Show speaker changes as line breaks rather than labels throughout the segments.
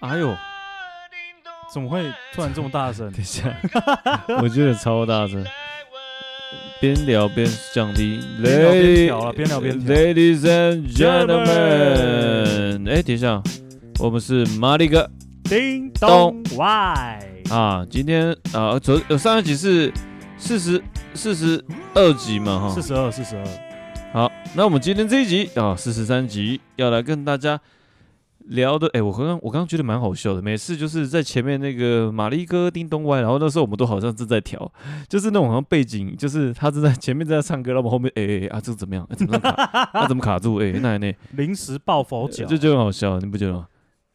哎呦，怎么会突然这么大声
等？一下，我觉得超大声，边聊边降低。
边聊边调啦啊边聊边调
Ladies and gentlemen，哎，等一下，我们是马力哥
叮咚，Why？
啊，今天啊，昨呃上一集是四十四十二集嘛哈
四，十二，四十二，
好，那我们今天这一集啊，四十三集要来跟大家聊的，哎、我刚刚我刚刚觉得蛮好笑的，每次就是在前面那个玛丽哥叮咚歪，然后那时候我们都好像正在调，就是那种好像背景，就是他正在前面正在唱歌，然后我们后面哎哎、哎啊这个怎么样？哎怎么这样卡？啊怎么卡住？哎、那那
临时抱佛脚，
这就很好笑，你不觉得吗？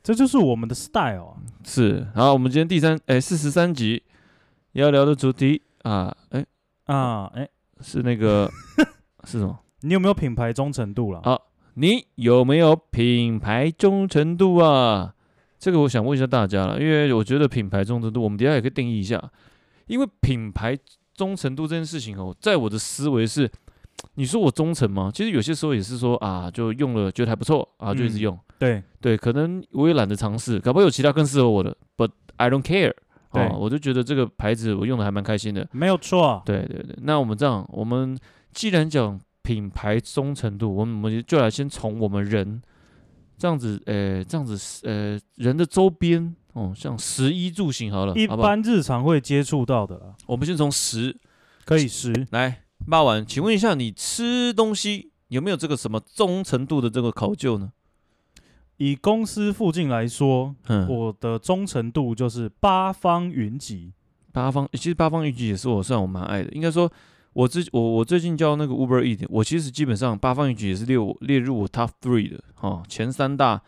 这呃就是我们的 style 啊。
是，好，我们今天第三哎四十三集要聊的主题啊，哎、
啊，哎，
是那个是什么？
你有没有品牌忠诚度啦？
好你有没有品牌忠诚度啊？这个我想问一下大家了，因为我觉得品牌忠诚度，我们底下也可以定义一下。因为品牌忠诚度这件事情哦，在我的思维是，你说我忠诚吗？其实有些时候也是说啊，就用了觉得还不错啊，就一直
嗯
用。
对，
对，可能我也懒得尝试，搞不好有其他更适合我的，but I don't care
对
啊，我就觉得这个牌子我用的还蛮开心的。
没有错。啊
对对对，那我们这样，我们既然讲品牌忠诚度，我们我们就来先从我们人这样子，呃，这样子，呃，人的周边哦，像食衣住行好了，
一
好不好？
般日常会接触到的啦，
我们先从食
可以食。
来，骂完，请问一下，你吃东西有没有这个什么忠诚度的这个考究呢？
以公司附近来说，
嗯，
我的忠诚度就是八方云集。
八方，其实八方云集也是我算我蛮爱的，应该说。我最我我最近教那个 Uber Eat，我其实基本上八方云集也是列我列入我 Top Three 的哦，前三大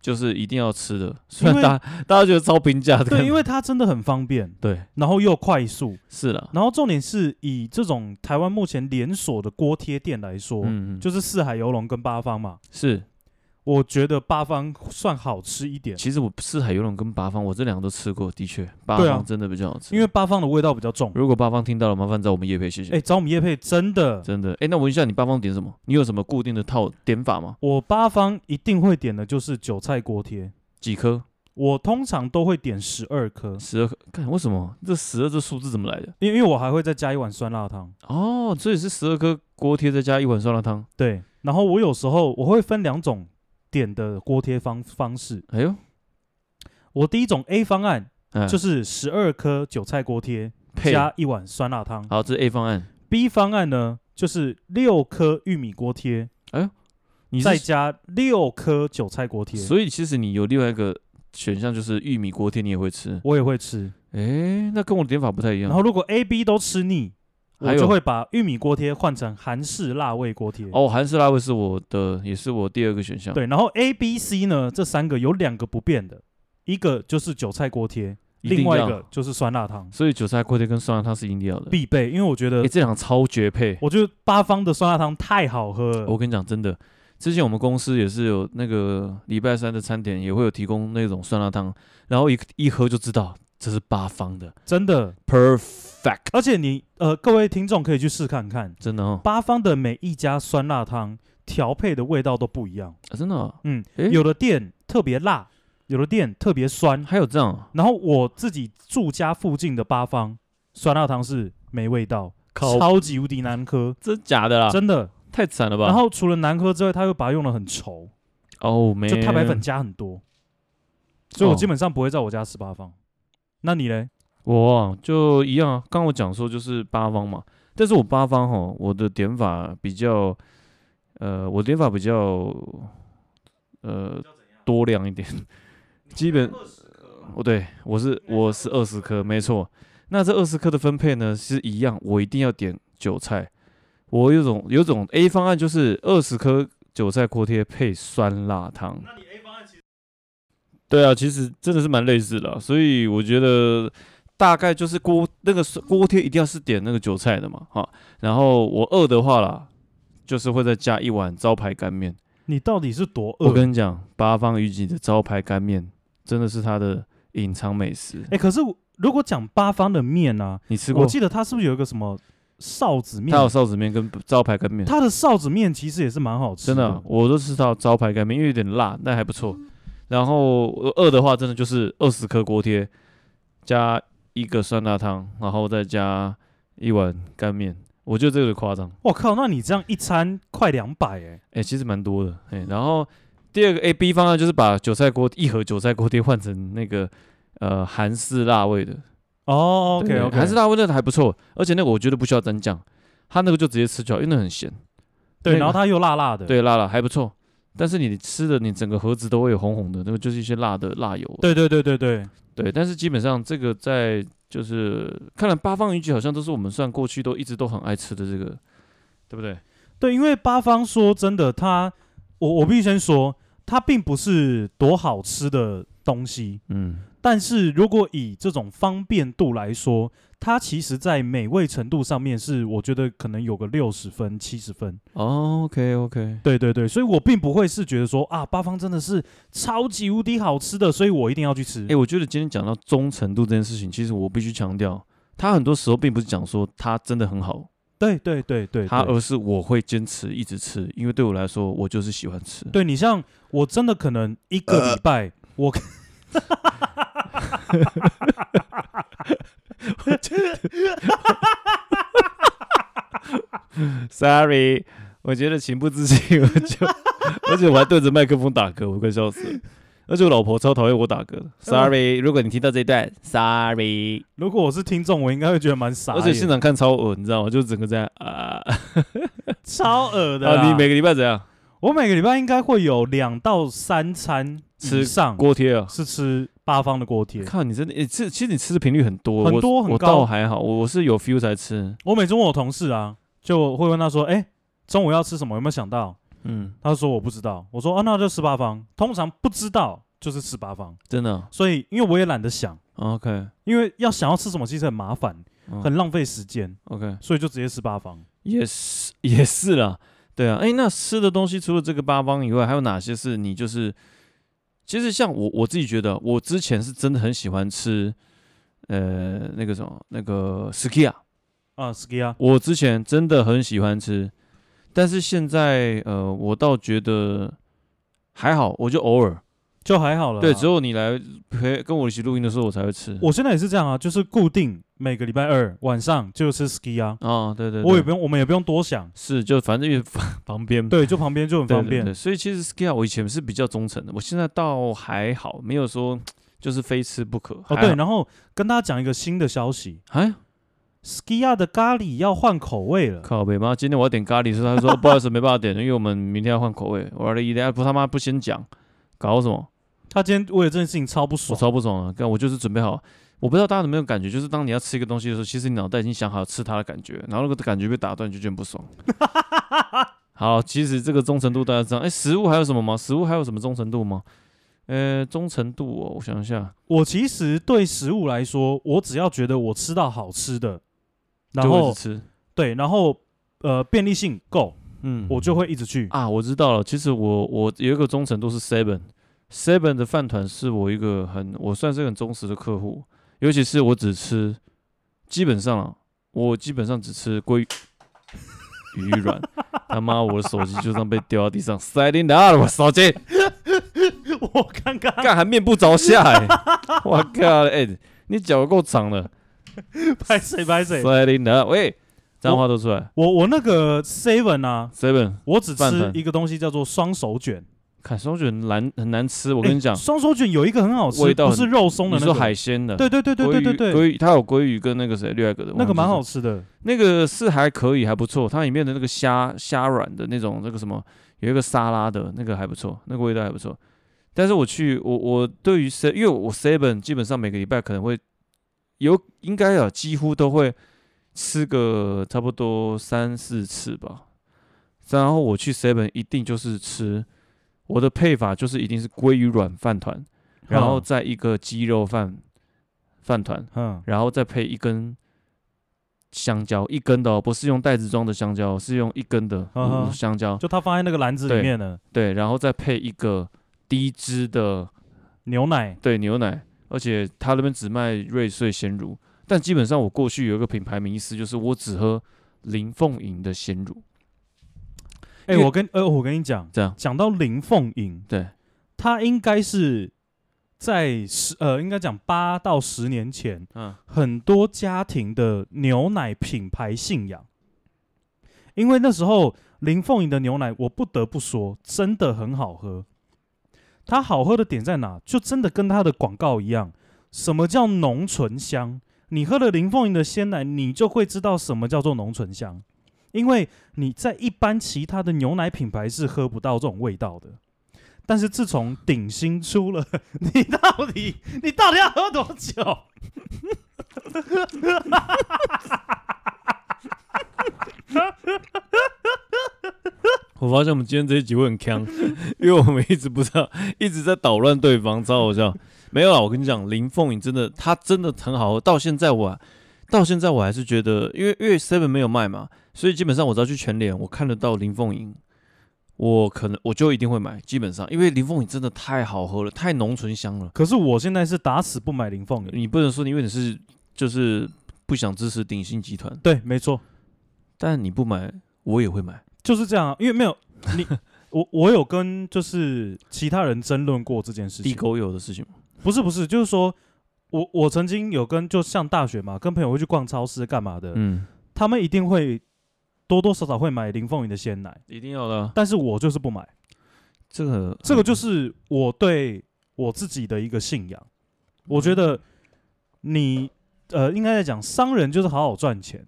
就是一定要吃的，虽然
因为
大大家觉得超平价的，
对，因为嗯它真的很方便，
对
然后又快速，
是啦，
然后重点是以这种台湾目前连锁的锅贴店来说，
嗯嗯，
就是四海游龙跟八方嘛，
是
我觉得八方算好吃一点，
其实我四海游龙跟八方我这两个都吃过，的确八
对啊
方真的比较好吃，
因为八方的味道比较重。
如果八方听到了，麻烦找我们叶配，谢谢。
哎，找我们叶配真的，
真的，哎、那我问一下，你八方点什么？你有什么固定的套点法吗？
我八方一定会点的就是韭菜锅贴，
几颗？
我通常都会点十二颗，
十二颗？看为什么这十二这数字怎么来的？
因为因为我还会再加一碗酸辣汤。
哦，所以是十二颗锅贴再加一碗酸辣汤。
对，然后我有时候我会分两种点的锅贴方方式。
哎呦，
我第一种 A 方案
哎，
就是是十二颗韭菜锅贴
配
加一碗酸辣汤
好，这是 A 方案。
，B 方案呢就是六颗玉米锅贴
你
再
是
加六颗韭菜锅贴，
所以其实你有另外一个选项，就是玉米锅贴你也会吃。
我也会吃。
哎、那跟我的点法不太一样
然。后如果 A、B 都吃腻，我
还有
就会把玉米锅贴换成韩式辣味锅贴。
哦，韩式辣味是我的，也是我第二个选项。，
对，然后 A、B、C 呢这三个有两个不变的，一个就是韭菜锅贴，
一定
另外一
要
个，就是酸辣汤。
所以韭菜锅贴跟酸辣汤是一定要的。
必备，因为我觉得
哎、这两个超绝配。
我觉得八方的酸辣汤太好喝了。
我跟你讲，真的，之前我们公司也是有那个礼拜三的餐点也会有提供那种酸辣汤，然后一一喝就知道这是八方的
真的。
，perfect，
而且你呃，各位听众可以去试看看，
真的哦，
八方的每一家酸辣汤调配的味道都不一样。
啊真的、哦，
嗯，
诶
有的店特别辣，有的店特别酸。
还有这样哦
然后我自己住家附近的八方酸辣汤是没味道，
靠啊
超级无敌难喝，
真假的啦，
真的。
太惨了吧？
然后除了难喝之外，他又把它用的很稠，
哦，没，
就太白粉加很多，所以我
哦
基本上不会在我家吃八方。那你嘞？
我啊就一样啊，刚刚我讲说就是八方嘛，但是我八方哈，我的点法比较，呃，我点法比较，呃，多量一点，基本，哦对，我是我是二十颗，没错。那这二十颗的分配呢是一样，我一定要点韭菜。我有种有种 A 方案就是二十颗韭菜锅贴配酸辣汤。那你 A 方案其实，对啊，其实真的是蛮类似的啊、所以我觉得大概就是锅那个是锅贴一定要是点那个韭菜的嘛，哈。然后我饿的话啦，就是会再加一碗招牌干面。
你到底是多饿？
我跟你讲，八方云集的招牌干面真的是它的隐藏美食
哎、。可是我如果讲八方的面啊，
你吃过
我？记得它是不是有一个什么臊子面
它？有臊子面跟招牌干面，啊
它的臊子面其实也是蛮好吃
真的啊，我都吃到招牌干面，因为有点辣，但还不错。然后呃二的话，真的就是二十颗锅贴加一个酸辣汤，然后再加一碗干面。我觉得这个有点夸张，
我靠，那你这样一餐快两百哎，
哎、其实蛮多的，哎、然后第二个 A B 方案就是把韭菜锅一盒韭菜锅贴换成那个呃韩式辣味的，
哦
对
，OK
对
OK，
韩式辣味那个还不错，而且那个我觉得不需要蘸酱，它那个就直接吃就好，因为那很咸，
对，
那个
然后它又辣辣的，
对辣辣还不错。但是你吃的，你整个盒子都会有红红的，那个就是一些辣的辣油。啊
对对对对对，
对，但是基本上这个在就是看来八方云集好像都是我们算过去都一直都很爱吃的这个，对不对？
对，因为八方说真的，它我我必须先说，它并不是多好吃的东西，
嗯，
但是如果以这种方便度来说，它其实在美味程度上面是我觉得可能有个六十分、七十分。
哦，OK OK，
对对对，所以我并不会是觉得说啊，八方真的是超级无敌好吃的，所以我一定要去吃。
哎、我觉得今天讲到忠诚度这件事情，其实我必须强调，它很多时候并不是讲说它真的很好，
对对对对，
它
对
而是我会坚持一直吃，因为对我来说，我就是喜欢吃。
对你像我真的可能一
呃
个礼拜，我
Sorry，我觉得情不自禁，我就 而且我还对着麦克风打嗝，我快笑死了。而且我老婆超讨厌我打嗝
嗯
的。Sorry，如果你听到这一段，Sorry。
如果我是听众，我应该会觉得蛮傻眼，
而且现场看超恶，你知道吗？就整个在啊
超恶的啦、
啊！你每个礼拜怎样
我每个礼拜应该会有两到三餐以
吃
上
锅贴啊？
嗯是吃八方的锅贴。
靠，你真的诶，吃、其实你吃的频率很多，
很
我
多很
我
高
倒还好，我我是有 feel 才吃。
我每次问我同事啊，就会问他说：“哎、中午要吃什么？有没有想到
嗯？”，
他说：“我不知道。”我说：“啊，那就吃八方。”通常不知道就是吃八方，
真的啊、
所以因为我也懒得想，
OK
因为要想要吃什么其实很麻烦，
嗯
很浪费时间，
OK，
所以就直接吃八方。
也是也是啦，对啊，哎、那吃的东西除了这个八方以外，还有哪些是你就是？其实像我我自己觉得，我之前是真的很喜欢吃，呃，那个什么那个 skia，
啊 s k i 啊，
我之前真的很喜欢吃，但是现在呃，我倒觉得还好，我就偶尔，
就还好了啦。啊
对，只有你来陪跟我一起录音的时候，我才会吃。
我现在也是这样啊，就是固定每个礼拜二晚上就吃 s k i 啊，
啊，对对对，
我也不用，我们也不用多想，
是就反正也旁边
对， 就旁边就很
对
方
对
便
对，。所以其实 Skia 我以前是比较忠诚的，我现在倒还好，没有说就是非吃不可。
哦，对，然后跟大家讲一个新的消息
哎，
，Skia 的咖喱要换口味了。
靠北妈，今天我要点咖喱，所以他说不好意思没办法点，因为我们明天要换口味。我的一点啊不他妈不先讲，搞什
哦
么？
他今天为了这件事情超不
我
爽，
超不爽啊！干，我就是准备好。我不知道大家有没有感觉，就是当你要吃一个东西的时候，其实你脑袋已经想好吃它的感觉，然后那个感觉被打断，你就觉得很不爽。 好，其实这个忠诚度大家知道，哎，食物还有什么吗？食物还有什么忠诚度吗？呃，忠诚度哦，我想一下，
我其实对食物来说，我只要觉得我吃到好吃的，然
就会一
后
直吃。
对，然后呃便利性够，
嗯
我就会一直去。
啊，我知道了。其实我我有一个忠诚度是 Seven Seven 的饭团，是我一个很我算是很忠实的客户，尤其是我只吃，基本上啊，我基本上只吃鲑鱼鱼软。他妈，我的手机就这样被掉到地上，塞琳达，我手机嗯
我 刚刚
干还面不着下哎、我靠哎、你脚够长的，
拍谁拍谁，
塞琳达，喂，脏话都出来。
我我那个 Seven 啊，
Seven，
我只
饭
吃
团
一个东西叫做双手卷。
看双卷很难很难吃，我
我
跟你讲，
双手卷有一个很好吃，
味道
不
很
是肉松的
你
那
说，
个
海鲜的，
对对对对对对
鲑
对，
鱼它有鲑鱼跟那个谁绿艾格的，
那个蛮好
忘记
吃的。
是，那个是还可以，还不错。它里面的那个虾虾软的那种，那个什么有一个沙拉的那个还不错，那个味道还不错。但是我去我我对于 se 因为我 seven 基本上每个礼拜可能会有应该啊几乎都会吃个差不多三四次吧。然后我去 seven 一定就是吃我的配法就是一定是鲑鱼软饭团，然后再一个鸡肉饭饭团，
嗯，
然后再配一根香蕉，一根的、哦，不是用袋子装的香蕉，是用一根的、
嗯哼
嗯香蕉，
就它放在那个篮子里面的
对，然后再配一个低脂的
牛奶，
对牛奶，而且他那边只卖瑞穗鲜乳，但基本上我过去有一个品牌迷思，就是我只喝林凤营的鲜乳，
哎、
因为
我跟呃，我跟你讲，
这样
讲到林凤营，
对，
它应该是在十呃，应该讲八到十年前，
嗯
很多家庭的牛奶品牌信仰，因为那时候林凤营的牛奶，我不得不说真的很好喝。它好喝的点在哪？就真的跟它的广告一样，什么叫浓醇香？你喝了林凤营的鲜奶，你就会知道什么叫做浓醇香，因为你在一般其他的牛奶品牌是喝不到这种味道的。但是自从鼎新出了， 你到底你到底要喝多久？
我发现我们今天这一集会很呛， 因为我们一直不知道，一直在捣乱对方，超好笑。没有啊，我跟你讲，林凤颖真的，她真的很好喝。到现在我，到现在我还是觉得，因为因为 Seven 没有卖嘛，所以基本上我只要去全联，我看得到林凤颖，我可能我就一定会买。基本上，因为林凤颖真的太好喝了，太浓醇香了。
可是我现在是打死不买林凤营。
你不能说你因为你是就是不想支持鼎新集团，
对，没错，
但你不买，我也会买。
就是这样、啊。因为没有你，我我有跟就是其他人争论过这件事
地
情。
沟油的事情嘛，
不是不是，就是说我我曾经有跟就像大学嘛，跟朋友会去逛超市干嘛的，
嗯，
他们一定会多多少少会买林凤营的鲜奶，
一定要的啊。
但是我就是不买。
这个
这个就是我对我自己的一个信仰。我觉得你呃，应该在讲商人就是好好赚钱。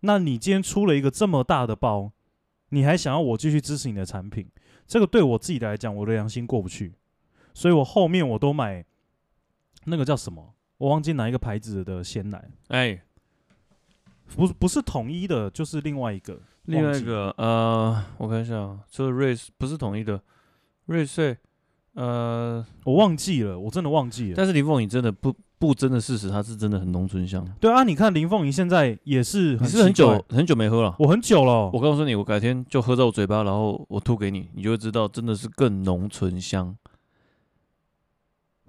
那你今天出了一个这么大的包，你还想要我继续支持你的产品？这个对我自己来讲，我的良心过不去，所以我后面我都买那个叫什么，我忘记哪一个牌子的鲜奶，
哎，
不是不是统一的，就是另外一个，
另外
忘
一
记
个呃，我看一下啊，除了瑞士不是统一的瑞穗，呃，
我忘记了，我真的忘记了。
但是林凤颖真的不不争的事实，它是真的很浓醇香。
对啊，你看林凤仪现在也是
你
很
是很
奇怪
久很久没喝了，
我很久了哦，
我告诉你，我改天就喝在我嘴巴，然后我吐给你，你就会知道真的是更浓醇香。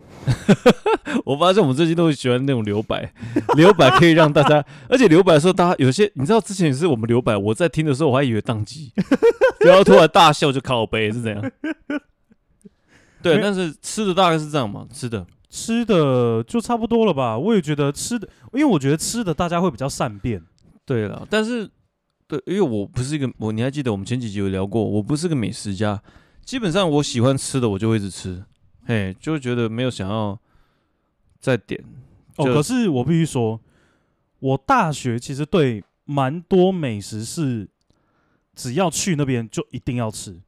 我发现我们最近都喜欢那种留白， 留白可以让大家，而且留白的时候，大家有些你知道，之前也是我们留白，我在听的时候我还以为宕机，然后突然大笑就靠背是怎样？对，但是吃的大概是这样嘛，吃的
吃的就差不多了吧？我也觉得吃的，因为我觉得吃的大家会比较善变。
对了，但是对，因为我不是一个我，你还记得我们前几集有聊过，我不是个美食家，基本上我喜欢吃的我就会一直吃，嘿，就会觉得没有想要再点，
哦，
就
可是我必须说，我大学其实对蛮多美食是，只要去那边就一定要吃，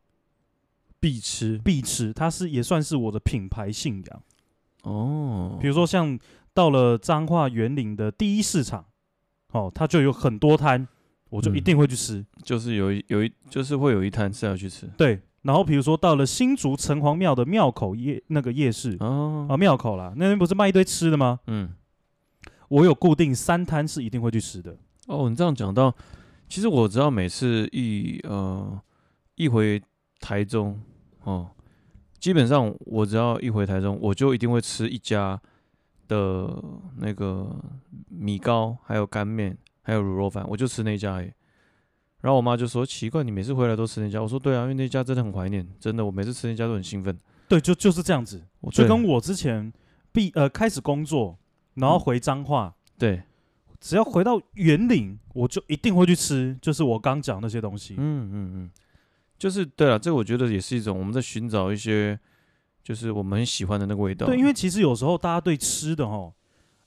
必吃
必吃。它是也算是我的品牌信仰。
哦
比。如说像到了彰化园林的第一市场，哦，它就有很多摊，我就一
嗯
定会去吃。
就是有一有一就是会有一摊是要去吃
对，然后比如说到了新竹城隍庙的庙口夜那个夜市。
哦，
啊，庙口啦，那边不是卖一堆吃的吗？
嗯，
我有固定三摊是一定会去吃的。
哦，你这样讲到，其实我知道每次一呃一回台中哦，基本上我只要一回台中，我就一定会吃一家的那个米糕，还有干面，还有卤肉饭，我就吃那家而已。然后我妈就说：“奇怪，你每次回来都吃那家。”我说：“对啊，因为那家真的很怀念，真的，我每次吃那家都很兴奋。
对，就就是这样子。
我”
就
对
跟我之前毕呃开始工作，然后回彰化，
对，
只要回到园林，我就一定会去吃，就是我刚讲那些东西。
嗯嗯嗯，就是对了，这个我觉得也是一种我们在寻找一些，就是我们很喜欢的那个味道。
对，因为其实有时候大家对吃的哦，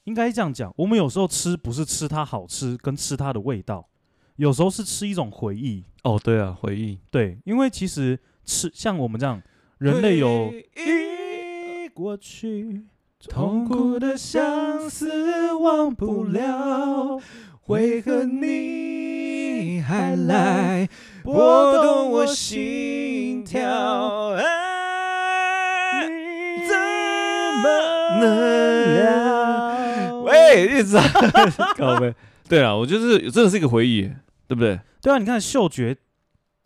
应该这样讲，我们有时候吃不是吃它好吃，跟吃它的味道，有时候是吃一种回忆。
哦，对啊，回忆。
对，因为其实吃像我们这样，人类有
一
过去。
痛苦的相
思忘
不了，为何你还来
拨动我心跳？
哎
你
怎么
能
喂，啊一 直搞呗。对啊，我就是真的是一个回忆，对不对？
对啊，你看嗅觉，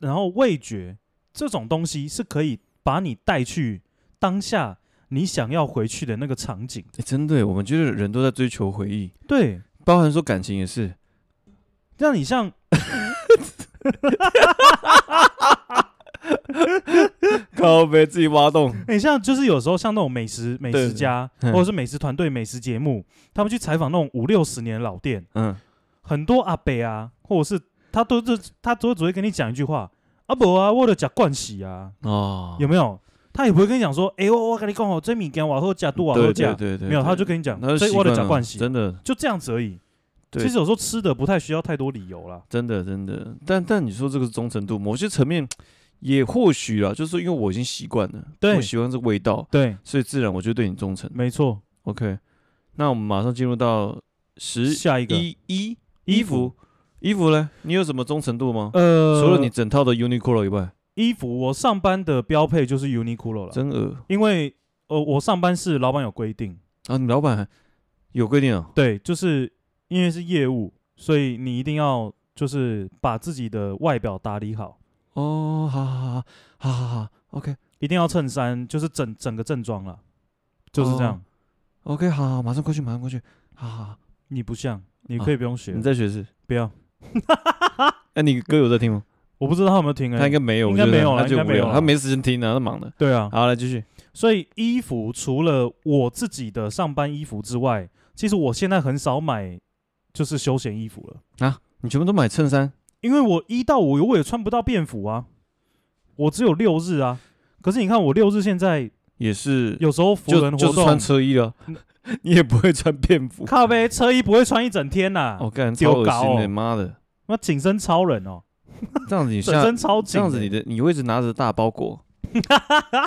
然后味觉这种东西是可以把你带去当下你想要回去的那个场景。
诶真的耶，我们觉得人都在追求回忆，
对，
包含说感情也是。
让你像
靠呗，自己挖洞。
你、像就是有时候像那种美食美
对
食家
嗯
或者是美食团队、美食节目，他们去采访那种五六十年的老店，
嗯，
很多阿伯啊，或者是他都是他都只会跟你讲一句话：“阿伯啊，我的假惯喜啊，
哦，
有没有？”他也不会跟你讲说：“哎、我我跟你讲哦，这米干瓦后加多瓦后
对
加
对。对”对，
没有，
对
他就跟你讲
他，就
所以
习
我的
惯
假
了
惯喜，
真的，
就这样子而已。
对
其实有时候吃的不太需要太多理由啦。
真的，真的。但但你说这个是忠诚度，某些层面也或许啦，就是因为我已经习惯了，
对
我喜欢这个味道，
对，
所以自然我就对你忠诚。
没错。
OK，那我们马上进入到十
下一个
一一
衣
衣
服
服，衣服嘞，你有什么忠诚度吗？
呃，
除了你整套的 Uniqlo 以外，
衣服，我上班的标配就是 Uniqlo 了，
真恶
因为呃，我上班是老板有规定，
啊！你老板有规定啊？
对，就是因为是业务，所以你一定要就是把自己的外表打理好，
哦，好好好好好好，OK
一定要
嗯
衬衫，就是整整个正装了，就是这样。
哦 OK，好好，马上过去，马上过去，好好好，
你不像，你
啊
可以不用学，
你在学是？
不要。
哎，你哥有在听吗？
我不知道他有没有听、欸，
他应该没有，
应该
我觉得
没有啦
他就
应该
无
没有
聊，
啦
他没时间听啊，他忙的。
对啊，
好，来继续。
所以衣服除了我自己的上班衣服之外，其实我现在很少买就是休闲衣服了，
你全部都买衬衫，
因为我一到五我也穿不到便服啊，我只有六日啊。可是你看我六日现在
也是
有时候服
就
人
就
活
是
动，
穿车衣了，你也不会穿便服。
靠呗，车衣不会穿一整天呐、
我干，
丢
超恶
搞
心
哦
的，妈的！
那紧身超人哦，
这样子你
整
下
身超紧
这
的、
样子你的你会一直拿着大包 裹。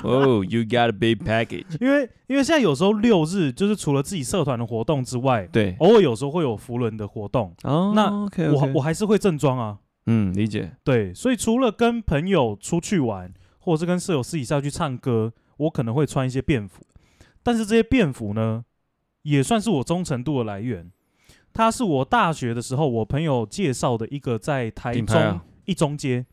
哦、y o u got a big package。
因为因为现在有时候六日就是除了自己社团的活动之外，
对，
偶尔有时候会有福伦的活动，
哦，
那
OK
我
OK，
我还是会正装啊。
嗯理解。
对，所以除了跟朋友出去玩，或者是跟舍友私底下去唱歌，我可能会穿一些便服。但是这些便服呢，也算是我忠诚度的来源。它是我大学的时候，我朋友介绍的一个在台
品
中、
牌啊
一中街，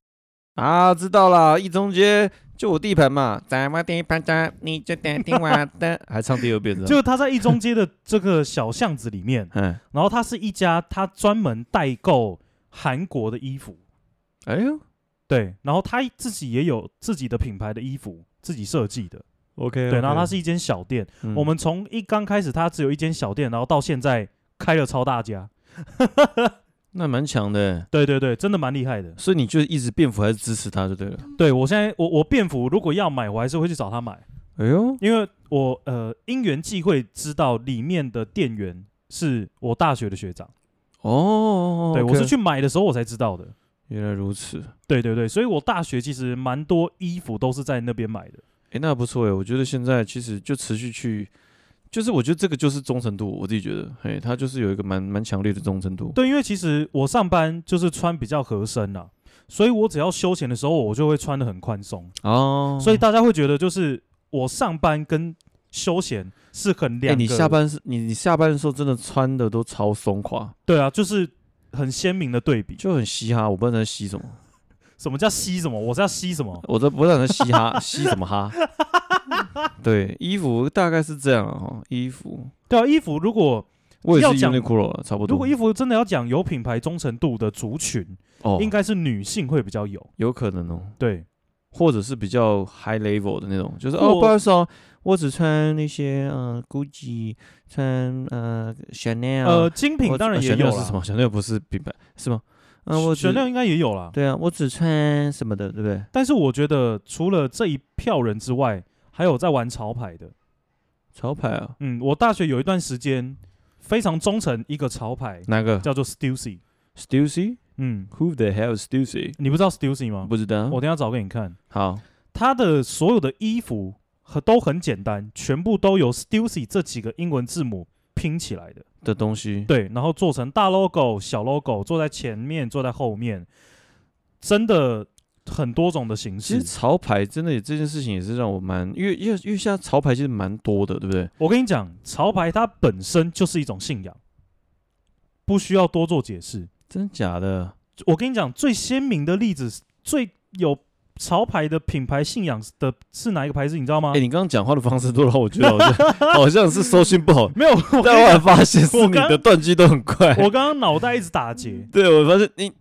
啊，知道啦，一中街就我地盘嘛，在我地盘的，你就得听我的。 还唱第二遍的，
就是他在一中街的这个小巷子里面，
嗯，
然后它是一家他专门代购韩国的衣服，
哎呦
对，然后他自己也有自己的品牌的衣服，自己设计的，
，OK，
对，然后嗯它是一间小店，
嗯
我们从一刚开始它只有一间小店，然后到现在开了超大 家，
那蛮强的，
对对对，真的蛮厉害的。
所以你就一直便服还是支持他就对了。
对我现在我我便服如果要买，我还是会去找他买，
哎呦，
因为我呃因缘际会知道里面的店员是我大学的学长，
哦，
对
OK
我是去买的时候我才知道的。
原来如此，
对对对，所以我大学其实蛮多衣服都是在那边买的。
哎，那不错哎，我觉得现在其实就持续去，就是我觉得这个就是忠诚度，我自己觉得，嘿，他就是有一个蛮蛮强烈的忠诚度。
对，因为其实我上班就是穿比较合身啦、所以我只要休闲的时候，我就会穿的很宽松。
哦，
所以大家会觉得就是我上班跟休闲是很
哎，
两个。
你下班是你你下班的时候真的穿的都超松垮，
对啊，就是很鲜明的对比。
就很嘻哈，我不知道你在嘻什么，
什么叫吸什么？我是要吸什么？
我都不知道你在嘻哈嘻什么 哈。对，衣服大概是这样啊，哈衣服
对啊，衣服如果
我也
要
是
讲
Uniqlo 啊了，差不多。
如果衣服真的要讲有品牌忠诚度的族群，
哦，
应该是女性会比较有。
有可能哦，
对，
或者是比较 high level 的那种，就是
或
哦，不好意思哦，我只穿那些呃 Gucci，穿呃 Chanel，
呃，精品
我
当然
呃
也有
Chanel 是什么
啦，
？Chanel 不是品牌是吗？嗯、我只
选料应该也有啦。
对啊，我只穿什么的，对不对？
但是我觉得除了这一票人之外，还有在玩潮牌的。
潮牌啊，
嗯，我大学有一段时间非常忠诚一个潮牌，
哪个
叫做 Stussy。
？Stussy？Who
嗯，
the hell is Stussy？
你不知道 Stussy 吗？
不知道。
哦我等一下找给你看。
好，
他的所有的衣服和都很简单，全部都由 Stussy 这几个英文字母拼起来的。
的东西，
对，然后做成大 logo、小 logo，坐在前面，坐在后面，真的很多种的形
其实
式。
潮牌真的也这件事情也是让我蛮，因为因为因为现在潮牌其实蛮多的，对不对？
我跟你讲，潮牌它本身就是一种信仰，不需要多做解释。
真假的？
我跟你讲，最鲜明的例子，最有潮牌的品牌信仰的是哪一个牌子？你知道吗？
哎、你刚刚讲话的方式都让我觉得好像 好像是收讯不好，
没有，我
但
跟
我
你
还
讲，
发现是
我
你
刚
的 断句都很快。
我刚刚脑袋一直打结，
对，我发现你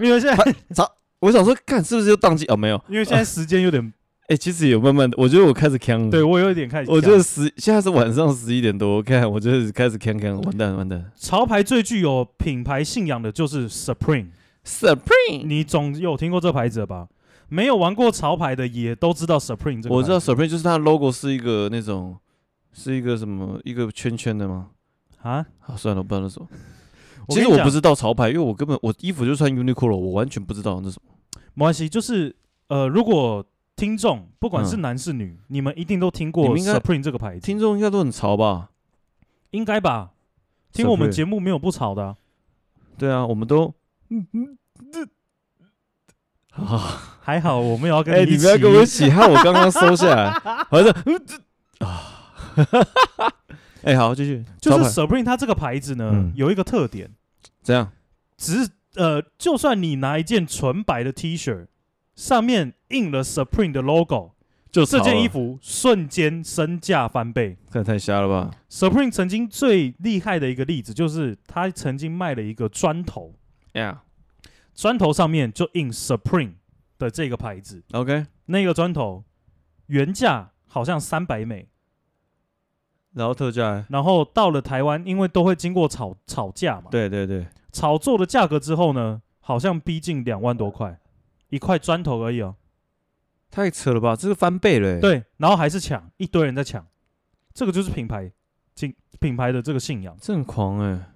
因为现在
潮我想说，看是不是又宕机哦？没有，
因为现在时间有点，
哎、其实有慢慢的，我觉得我开始呛了。
对，我有一点开始
我
讲，
觉得十现在是晚上十一点多，我看我就是开始看看，完蛋完蛋
潮牌最具有品牌信仰的就是 Supreme，
，Supreme，
你总有听过这牌子了吧？没有玩过潮牌的也都知道 Supreme 这个牌子。
我知道 Supreme 就是它的 logo 是一个那种是一个什么一个圈圈的吗？
啊，
好，算了，我不知道那什么。
我
其
跟
实
你
我
讲
不知道潮牌，因为我根本我衣服就穿 Uniqlo，我完全不知道那什么。
没关系，就是呃，如果听众不管
嗯
是男是女，你们一定都听
你
过
们应该
Supreme 这个牌子，
听众应该都很潮吧？
应该吧？听我们
Supreme
节目没有不吵的啊、
对啊，我们都， 嗯嗯，这，啊，
还好我没有要 跟
哎，
一
你
起。
不要跟我一起，害我刚刚收下来，好 像嗯这啊，哎，好，继续，
就
潮
是
牌
Supreme 它这个牌子呢，
嗯
有一个特点，
怎样？
只是呃，就算你拿一件纯白的 T 恤，上面印了 Supreme 的 logo，
就
这
潮
件
了
衣服瞬间身价翻倍。
这也太瞎了吧？
Supreme 曾经最厉害的一个例子就是，他曾经卖了一个砖头，
呀、
砖头上面就印 Supreme 的这个牌子，
o k
那个砖头原价好像三百美，
然后特价欸，
然后到了台湾，因为都会经过炒炒价嘛，
对对对，
炒作的价格之后呢，好像逼近两万多块，一块砖头而已哦。
太扯了吧？这个翻倍了、欸，，
对，然后还是抢，一堆人在抢，这个就是品牌，品品牌的这个信仰。
这很狂哎、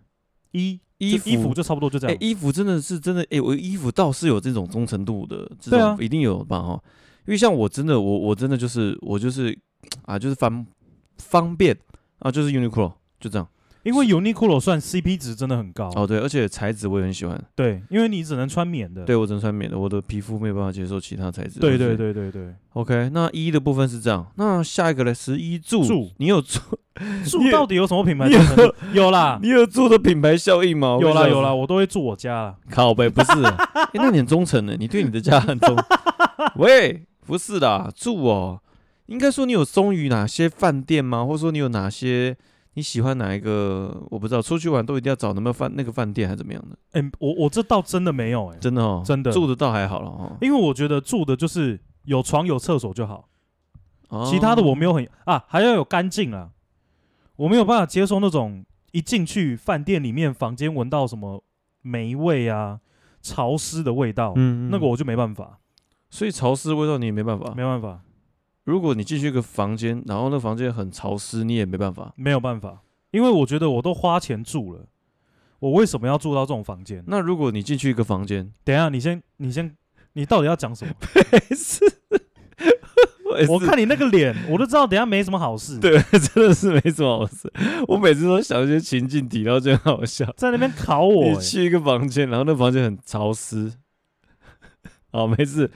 衣
衣
就衣服
服
就差不多就这
哎、
样。
衣服真的是真的哎、我衣服倒是有这种忠诚度的，这
对
种、
啊
一定有吧哈？哦因为像我真的我我真的就是我就是啊就是方方便啊就是 Uniqlo 就这样
因为 Uniqlo 算 CP 值真的很高，
哦对，而且材质我也很喜欢，
对，因为你只能穿棉的。
对我只能穿棉的，我的皮肤没有办法接受其他材质。
对
我
对
是
对对对，
，OK，那一的部分是这样，那下一个呢？十一住，
住
你有住 你
住
有
到底有什么品牌
你，
忠诚度？有啦
你有住的品牌效应吗？我
有
跟你
啦，
讲
有啦，我都会住我家啦。
靠呗，不是、啊诶那你很忠诚的，你对你的家很 忠。喂，不是的，住哦，应该说你有忠于哪些饭店吗？或者说你有哪些你喜欢哪一个？我不知道，出去玩都一定要找那么饭那个饭店还是怎么样的？
哎、我我这倒真的没有哎、
真的哦，
真的
住的倒还好了哦。
因为我觉得住的就是有床有厕所就好，
哦
其他的我没有很啊，还要有干净啊。我没有办法接受那种一进去饭店里面房间闻到什么霉味啊、潮湿的味道，
嗯
那个，
嗯
我就没办法，
所以潮湿味道你也没办法
没。办法，
如果你进去一个房间，然后那房间很潮湿，你也没办法。
没有办法，因为我觉得我都花钱住了，我为什么要住到这种房间？
那如果你进去一个房 间，
等一下，你先，你先，你到底要讲什么？
是，
我看你那个脸，我都知道，等一下没什么好事。
对，真的是没什么好事。我每次都想一些情境题，然后就很好笑。
在那边考我、
你
欸
去一个房间，然后那房间很潮湿。 好，没事。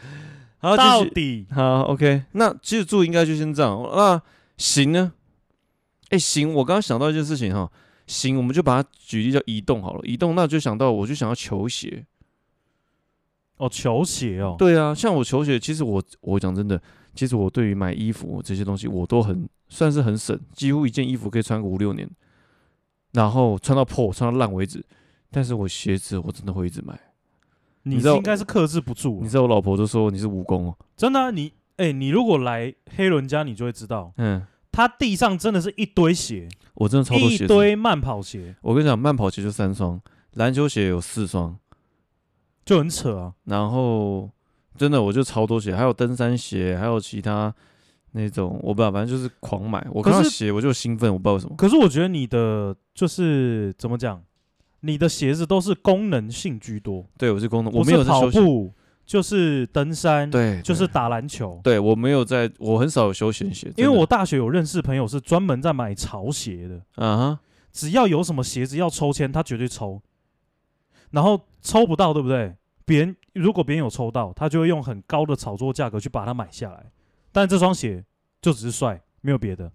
好，
到
继续。
底
好，OK。那其实住应该就先这样。那行呢？哎，行，我刚刚想到一件事情哈。行，我们就把它举例叫移动好了。移动，那就想到我就想要球鞋。
哦，球鞋哦，
对啊，像我球鞋，其实我我讲真的，其实我对于买衣服这些东西，我都很算是很省，几乎一件衣服可以穿个五六年，然后穿到破、穿到烂为止。但是我鞋子我真的会一直买。
你
你知道
应该是克制不住
你
了，
知道我老婆都说你是蜈蚣哦，
真的啊、你哎、你如果来黑伦家，你就会知道，
嗯，
他地上真的是一堆鞋，
我真的超多鞋
一
子。
堆慢跑鞋，
我跟你讲，慢跑鞋就三双，篮球鞋有四双，
就很扯啊。
然后真的我就超多鞋，还有登山鞋，还有其他那种，我不知道，反正就是狂买。我
可
看到
是
鞋我就兴奋，我不知道为什么。
可是我觉得你的就是怎么讲，你的鞋子都是功能性居多，
对，我是功能，
不
我没
是
有在
跑
休闲。
步就是登山，
对，
就是
对
打篮球。
对我没有在，我很少有休闲鞋，
因为
真的
我大学有认识朋友是专门在买潮鞋的，
啊哈，
只要有什么鞋子要抽签，他绝对抽。然后抽不到，对不对？别人如果别人有抽到，他就会用很高的炒作价格去把它买下来。但这双鞋就只是帅，没有别的。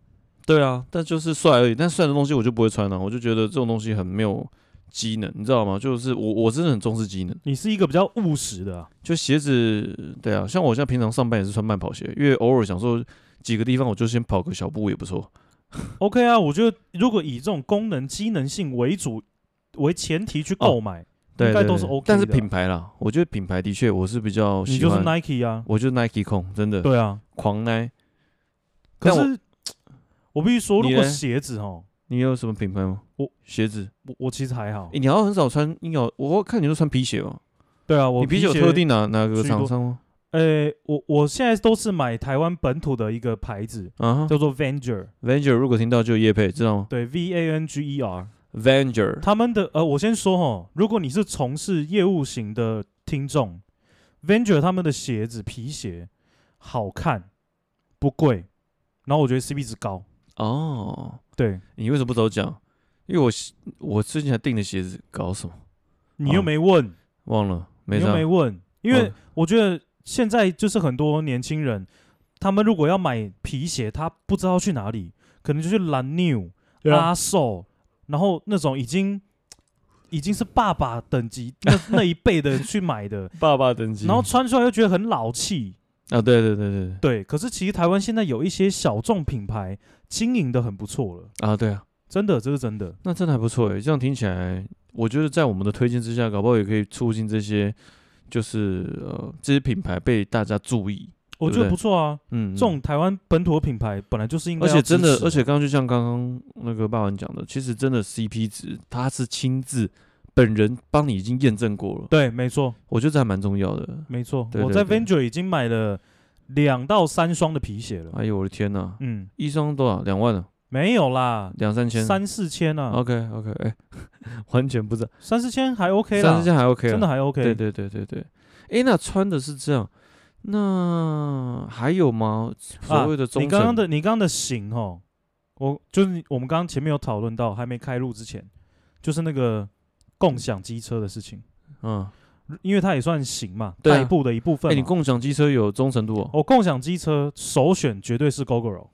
对啊，但就是帅而已。但帅的东西我就不会穿啊了、我就觉得这种东西很没有机能，你知道吗？就是我我真的很重视机能。
你是一个比较务实的、啊，
就鞋子，对啊，像我现在平常上班也是穿慢跑鞋，因为偶尔想说几个地方我就先跑个小步也不错。
OK 啊？我觉得如果以这种功能机能性为主为前提去购买，
对
应该
对
都是
对
OK 的啊。
但是品牌啦，我觉得品牌的确我是比较
你
喜
就是
欢，
Nike 啊，
我就是 Nike 控，真的
对啊。
狂奶。
可
但我
是我必须说，
你
如果
嘞
鞋子哦，
你有什么品牌吗？
我
鞋子，
我我其实还好
诶。你好像很少穿，你有我看你都穿皮鞋哦。
对啊，我
你皮鞋有特定哪哪个
居
厂
多
商吗？
呃，我我现在都是买台湾本土的一个牌子，
啊
叫做 Vanger，
，Vanger 如果听到就叶配，知道吗
对，V A N G E R。
？Vanger
他们的呃，我先说哈，如果你是从事业务型的听众，Vanger 他们的鞋子皮鞋好看，不贵，然后我觉得 CP 值高。
哦，
对
你为什么不早讲？因为我我最近还订的鞋子，搞什么
你
哦
又没问，
忘了，没
你又
啥
没。问，因为
嗯
我觉得现在就是很多年轻人，他们如果要买皮鞋，他不知道去哪里，可能就去蓝 New、
对啊
阿寿，然后那种已经已经是爸爸等级那那一辈的人去买 的，
爸爸等级
然后穿出来又觉得很老气。
啊，对对对对对
对，可是其实台湾现在有一些小众品牌经营的很不错了，
啊，对啊，
真的，这是真的。
那真的还不错欸诶。这样听起来，我觉得在我们的推荐之下，搞不好也可以促进这些，就是呃这些品牌被大家注意。
我觉
对不对
得不错啊，
嗯，嗯
这种台湾本土的品牌本来就是应该
而
要
且真的
支，持
而且刚刚就像刚刚那个霸王讲的，其实真的 CP 值，他是亲自本人帮你已经验证过了，
对，没错，
我觉得这还蛮重要的。
没错。
对
我
对
在
对
Venture 已经买了两到三双的皮鞋了，
哎呦我的天呐、
嗯，
一双多少？两万啊，
没有啦，
两三千。
三四千啊，
OK OK，哎、 完全不知道，
三四千还 OK
三
啦
四，千还 OK，啊
真的还 OK。
对对对对对。哎、那穿的是这样，那还有吗？所谓的忠诚、
啊你刚刚的你刚刚的型哦，我就是你我们刚刚前面有讨论到，还没开录之前，就是那个共享机车的事情。
嗯，
因为它也算行嘛，
对啊
代步的一部
哎、
分嘛。
你共享机车有忠诚度、哦？
我共享机车首选绝对是 GoGoRo，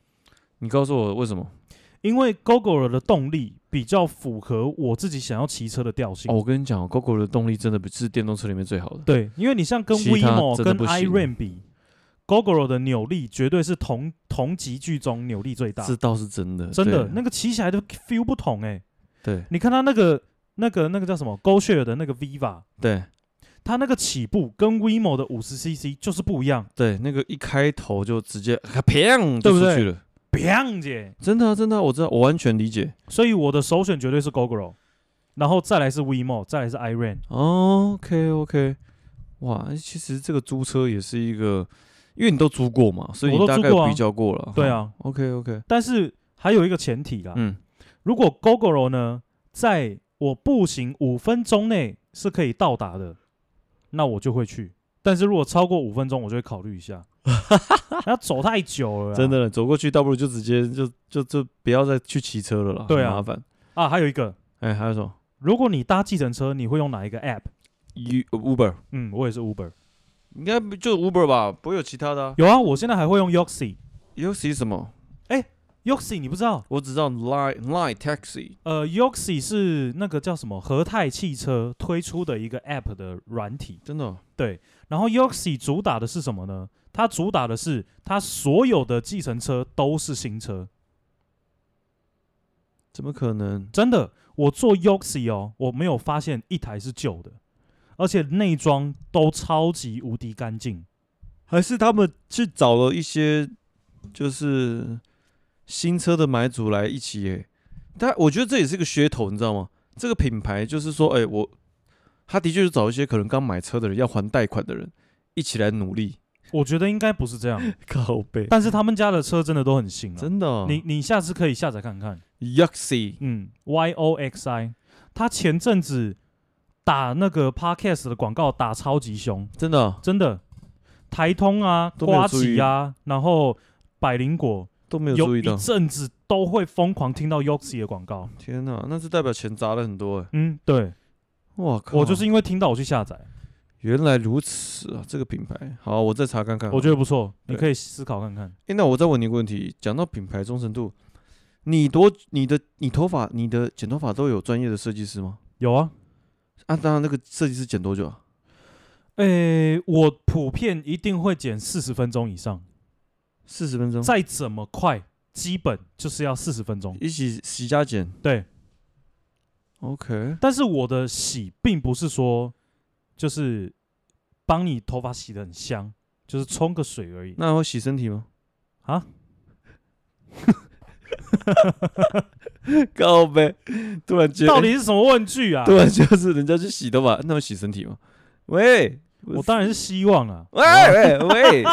你告诉我为什么？
因为 GoGoRo 的动力比较符合我自己想要骑车的调性。
哦，我跟你讲哦，GoGo 的动力真的不是电动车里面最好的。
对，因为你像跟
其他
WeMo、
真的
跟
不行
iRan 比，GoGoRo 的扭力绝对是同同级距中扭力最大，
这倒是真的，
啊真的
对啊
那个骑起来的 feel 不同哎、
对
你看它那个那个那个叫什么 GoShare 的那个 Viva，
对
它那个起步跟 WeMo 的五十 CC 就是不一样，
对，那个一开头就直接啊砰就
对不
出
对
去了，
砰姐。
真的啊真的啊，我知道，我完全理解。
所以我的首选绝对是 GoGo，然后再来是 WeMo，再来是 Iran。
哦 OK OK，哇，其实这个租车也是一个，因为你都租过嘛，所以你
我都
大
租
概
过啊
比较过了。
对
哈
啊，
，OK OK，
但是还有一个前提啦，
嗯，
如果 GoGo 呢，在我步行五分钟内是可以到达的，那我就会去。但是如果超过五分钟，我就会考虑 一下。要走太久了，啊
真的了，走过去倒不如就直接就就就不要再去骑车了啦，
对
很
啊
麻烦。
啊！还有一个，
哎，还有什么
如果你搭计程车，你会用哪一个 App？
U 呃 Uber？
嗯，我也是 Uber。
应该不就 Uber 吧，不会有其他的、啊。
有啊，我现在还会用 Yoxi。
U C 什么？
Yoxi 你不知道？
我只知道 Line Line Taxi。
呃，Yoxi 是那个叫什么和泰汽车推出的一个 App 的软体。
真的哦、
然后 Yoxi 主打的是什么呢？它主打的是它所有的计程车都是新车，
怎么可能？
真的。我坐 Yoxi 哦，我没有发现一台是旧的，而且内装都超级无敌干净。
还是他们去找了一些就是新车的买主来一起耶？但我觉得这也是个噱头，你知道吗？这个品牌就是说，哎、我他的确是找一些可能刚买车的人要还贷款的人一起来努 力
我觉得应该不是这样，
靠背，
但是他们家的车真的都很新啊。
真的哦、
你你下次可以下载看看，
Yuxi
嗯，Y O X I，他前阵子打那个 Podcast 的广告打超级凶，
真的哦、
真的，台通啊、
都没有
瓜
注意
子啊，然后百灵果，
都没有
有
注意
一
到，
阵子都会疯狂听到 Yoxi 的广告。
天哪、那是代表钱砸了很多哎！
嗯，对
哇靠，
我就是因为听到我去下载，
原来如此啊！这个品牌，好，我再查看看。
我觉得不错，
对
你可以思考看看。
诶，那我再问你一个问题，讲到品牌忠诚度，你多你的你头发你的剪头发都有专业的设计师吗？
有啊，
啊，当然那个设计师剪多久啊？
诶，我普遍一定会剪四十分钟以上，
四十分钟，
再怎么快，基本就是要四十分钟。
一起洗加剪。
对，
OK，
但是我的洗并不是说就是帮你头发洗的很香，就是冲个水而已。
那会洗身体吗？
啊？
告呗，突然间，
到底是什么问句啊？
突然就是人家去洗头发，那会洗身体吗？喂，
我当然是希望啊。
喂喂喂，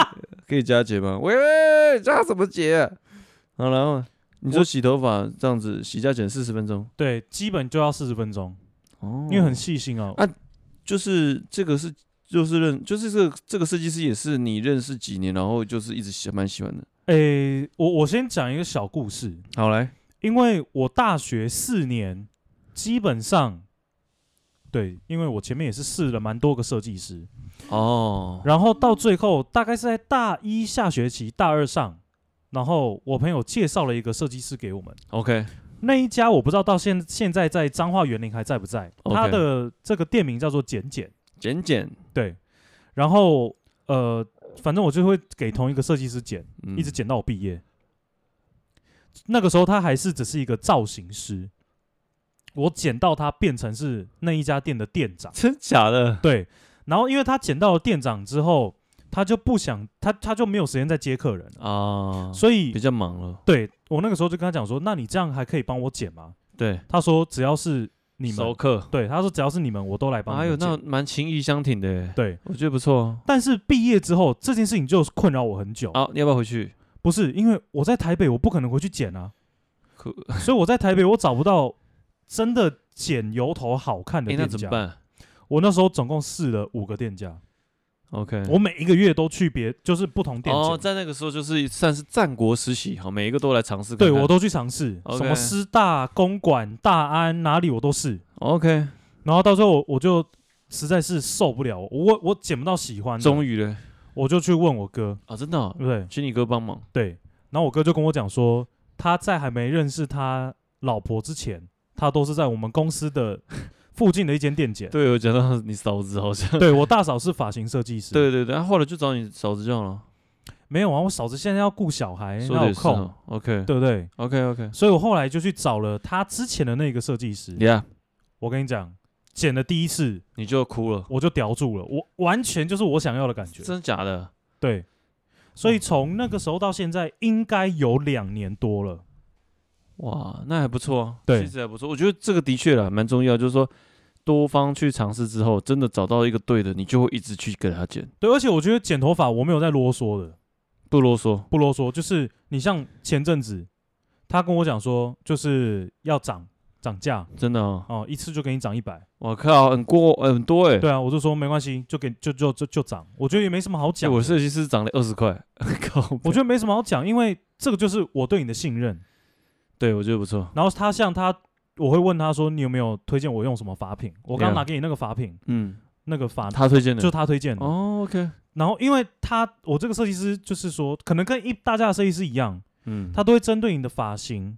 可以加节吗？喂喂，加什么节、啊？好，然后你说
我
洗头发这样子，洗加减四十分钟
对，基本就要四十分钟，
哦，
因为很细心哦。
啊就是这个是就是认就是这个这个设计师也是你认识几年，然后就是一直喜蛮喜欢的。
诶、我我先讲一个小故事，
好来，
因为我大学四年基本上，对，因为我前面也是试了蛮多个设计师，
哦，
然后到最后大概是在大一下学期、大二上，然后我朋友介绍了一个设计师给我们，
OK，
那一家我不知道到现现在在彰化园林还在不在，
OK
他的这个店名叫做简简，
简简，
对，然后呃，反正我就会给同一个设计师剪，
嗯。
一直剪到 我毕业。那个时候他还是只是一个造型师，我剪到他变成是那一家店的店长
真假的？
对，然后因为他剪到了店长之后，他就不想他他就没有时间再接客人了，
啊，
所以
比较忙了，
对我那个时候就跟他讲说，那你这样还可以帮我剪吗？
对，
他说只要是你
熟
们，
客。
对，他说只要是你们，我都来帮你
哎呦，
们剪。
那蛮情意相挺的耶，
对，
我觉得不错啊。
但是毕业之后这件事情就困扰我很久。
啊，你要不要回去？
不是，因为我在台北，我不可能回去 剪啊，
可，
所以我在台北我找不到真的剪油头好看的
哎，
店
那怎
家。
么办
我那时候总共试了五个店家，
？OK，
我每一个月都去别就是不同店
嗯哦，
剪，
在那个时候就是算是战国时期，好，每一个都来尝试看
对
看。
我都去尝试，
OK
什么师大、公馆、大安哪里我都试，
OK，
然后到最后我我就实在是受不了，我我剪不到喜欢的，
终于了
我就去问我哥，
啊，真的哦
对，不对？
请你哥帮忙。
对，然后我哥就跟我讲说，他在还没认识他老婆之前，他都是在我们公司的 附近的一间店剪。
对，我讲到你嫂子好像，
对，我大嫂是发型设计师。，
对对对，啊后来就找你嫂子就好了，
没有啊，我嫂子现在要顾小孩，
说
哪
的
有
也是
空？
哦，OK
对不对？
OK OK，
所以我后来就去找了他之前的那个设计师。
呀，
我跟你讲，剪的第一次
你就哭了，
我就叼住了，我完全就是我想要的感觉。
真的假的？
对，所以从那个时候到现在，应该有两年多了。
哇，那还不错啊，
对
其实还不错。我觉得这个的确啦，蛮重要，就是说多方去尝试之后，真的找到一个对的，你就会一直去给他剪，
对，而且我觉得剪头发我没有在啰嗦的。
不啰嗦。
不啰嗦，就是你像前阵子，他跟我讲说，就是要涨涨价
真的哦，
哦，一次就给你涨一百。
我靠，很过很多哎、欸。
对啊，我就说没关系，就给就就就就涨，我觉得也没什么好
欸
讲。
我设计师涨了二十块， 靠北！
啊我觉得没什么好讲，因为这个就是我对你的信任。
对我觉得不错。
然后他像他，我会问他说，你有没有推荐我用什么法品？我刚刚
Yeah
拿给你那个法品，
嗯，
那个法
啊他推荐的。
就是嗯他推荐的。
哦，OK，
然后因为他我这个设计师就是说，可能跟一大家的设计师一样，
嗯，
他都会针对你的发型，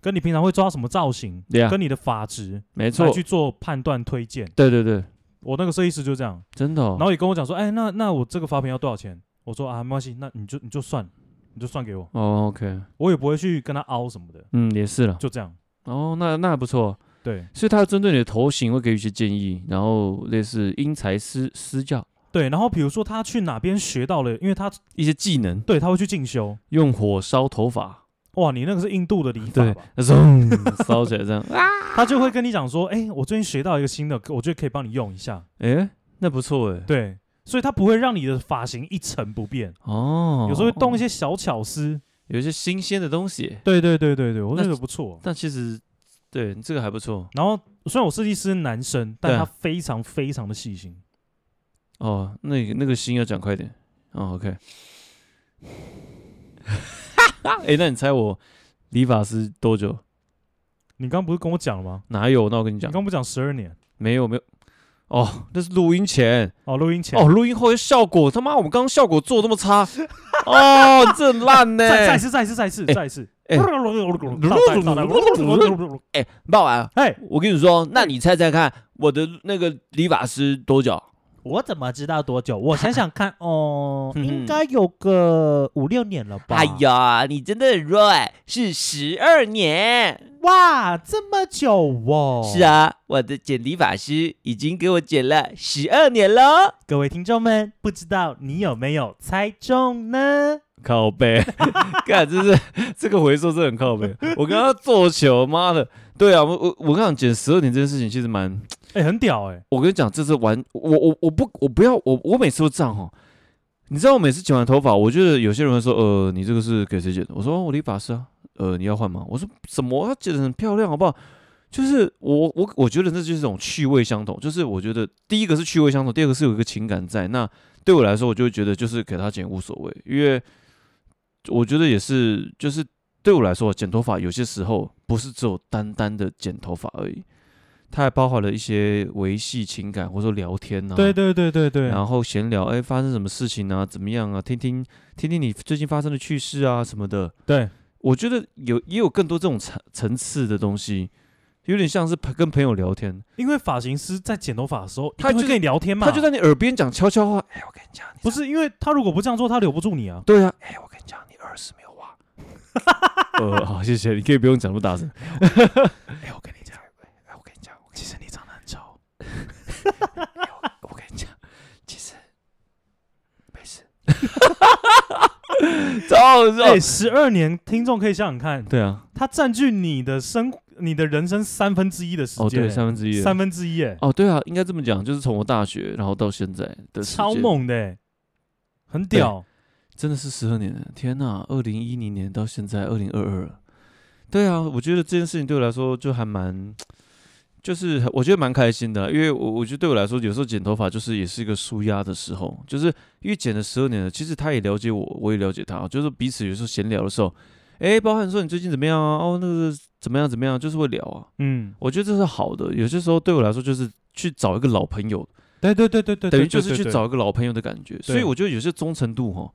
跟你平常会抓什么造型，
对啊，
跟你的发质。
没
来
错，
去做判断推荐。
对对对，
我那个设计师就这样，
真的、哦。
然后也跟我讲说，哎，那那我这个发票要多少钱？我说啊，没关系，那你就你就算，你就算给我，
哦，OK，
我也不会去跟他凹什么的，
嗯，也是了。
就这样。
哦，那那还不错。
对
所以他针对你的头型会给予一些建议，然后类似因材施施教
对，然后比如说他去哪边学到了，因为他
一些技能，
对他会去进修。
用火烧头发，
哇，你那个是印度的理
对
发吧？，
那时候嗯 烧起来这样。啊
他就会跟你讲说，哎，我最近学到一个新的，我觉得可以帮你用一下。
诶，哎那不错诶。
对，所以他不会让你的发型一成不变，
哦，
有时候会动一些小巧思。
有一些新鲜的东西。
对对对对对，我觉
那
得不错。
但其实，对这个还不错
然后虽然我设计师是男生，但
对啊
他非常非常的细心。
哦。那个那个心要讲快点哦。OK，哎、诶那你猜我理发师多久？
你刚不是跟我讲了吗？
哪有？那我跟你
你
讲，
刚不讲十二年
没有没有。哦，那是录音前
哦，录音前
哦，录音后的效果，他妈我们刚刚效果做这么差，哦，这很烂呢、
再再一次再一次再一次
哎
再一次，
哎哎、爸爸，
哎，
我跟你说，那你猜猜看，我的那个理发师多久？
我怎么知道多久？我想想看，哦，
嗯
应该有个五六年了吧？
哎，呀，你真的很弱哎，是十二年。
哇，这么久哦！
是，啊，我的剪理发师已经给我剪了十二年了。
各位听众们，不知道你有没有猜中呢？
靠背， 干，这是这个回溯真的很靠背。我跟他做球，妈的，对啊，我我我跟你讲，减十二点这件事情其实蛮，
哎、很屌哎、
我跟你讲，这是完，我我我不我不要我我每次都这样哦。你知道我每次剪完头发，我觉得有些人会说，呃，你这个是给谁剪的？我说哦我理发师啊，呃，你要换吗？我说什么？他剪得很漂亮，好不好？就是我我我觉得这就是一种趣味相同，就是我觉得第一个是趣味相同，第二个是有一个情感在。那对我来说，我就会觉得就是给他剪无所谓，因为我觉得也是，就是对我来说，剪头发有些时候不是只有单单的剪头发而已，它还包含了一些维系情感或者说聊天呐、啊，
对对对对对，
然后闲聊，哎，发生什么事情啊？怎么样啊？听听听听你最近发生的趣事啊什么的。
对，
我觉得有也有更多这种层层次的东西，有点像是朋跟朋友聊天，
因为发型师在剪头发的时候，
他
他就
就
会跟你聊天嘛，
他就在你耳边讲悄悄话。哎，我跟你讲，你
不是因为他如果不这样做，他留不住你啊。
对啊，哎，我跟你讲，你耳屎没有挖。呃，好，谢谢，你可以不用讲那么大声。
哎、我跟你讲，
哎，我跟你讲，我
其实你长得很丑，
我跟你讲，其实没事。 超好笑。
哎、十二年，听众可以想想看，
对啊，
他占据你的生、你的人生三分之一的时
哦，
间、
对，三分之一了。
三分之一、哎、
哦，对啊，应该这么讲，就是从我大学然后到现在的时间
超，猛的、哎很屌。
真的是十二年了，天呐，二零一零年到现在二零二二，对啊，我觉得这件事情对我来说就还蛮，就是很我觉得蛮开心的啊，因为我我觉得对我来说，有时候剪头发就是也是一个舒压的时候，就是因为剪了十二年了，其实他也了解我，我也了解他，就是彼此有时候闲聊的时候，哎，包含说你最近怎么样啊？哦，那个怎么样怎么样，就是会聊啊，
嗯，
我觉得这是好的，有些时候对我来说就是去找一个老朋友
对对对对对，
等于
对
就是
对
去
对
找一个老朋友的感觉。所以我觉得有些忠诚度哈，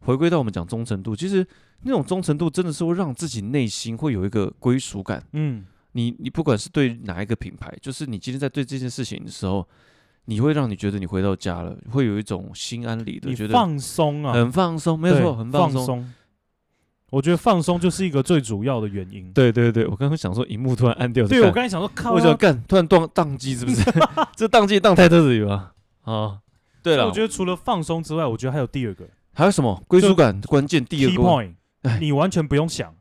回归到我们讲忠诚度，其实那种忠诚度真的是会让自己内心会有一个归属感。
嗯，
你你不管是对哪一个品牌，就是你今天在对这件事情的时候，你会让你觉得你回到家了，会有一种心安理得，
你
觉得
放松啊，
很放松，没有
对
错，很
放
松。
松。我觉得放松就是一个最主要的原因。
对对对，我刚刚想说，荧幕突然按掉，
对，我刚才想说，靠
我
啊，
想干，突然宕宕机是不 是？这宕机宕太特里了啊！对了，
我觉得除了放松之外，我觉得还有第二个
还有什么归属感关键第
key
二个
point，
哎
你完全不用想，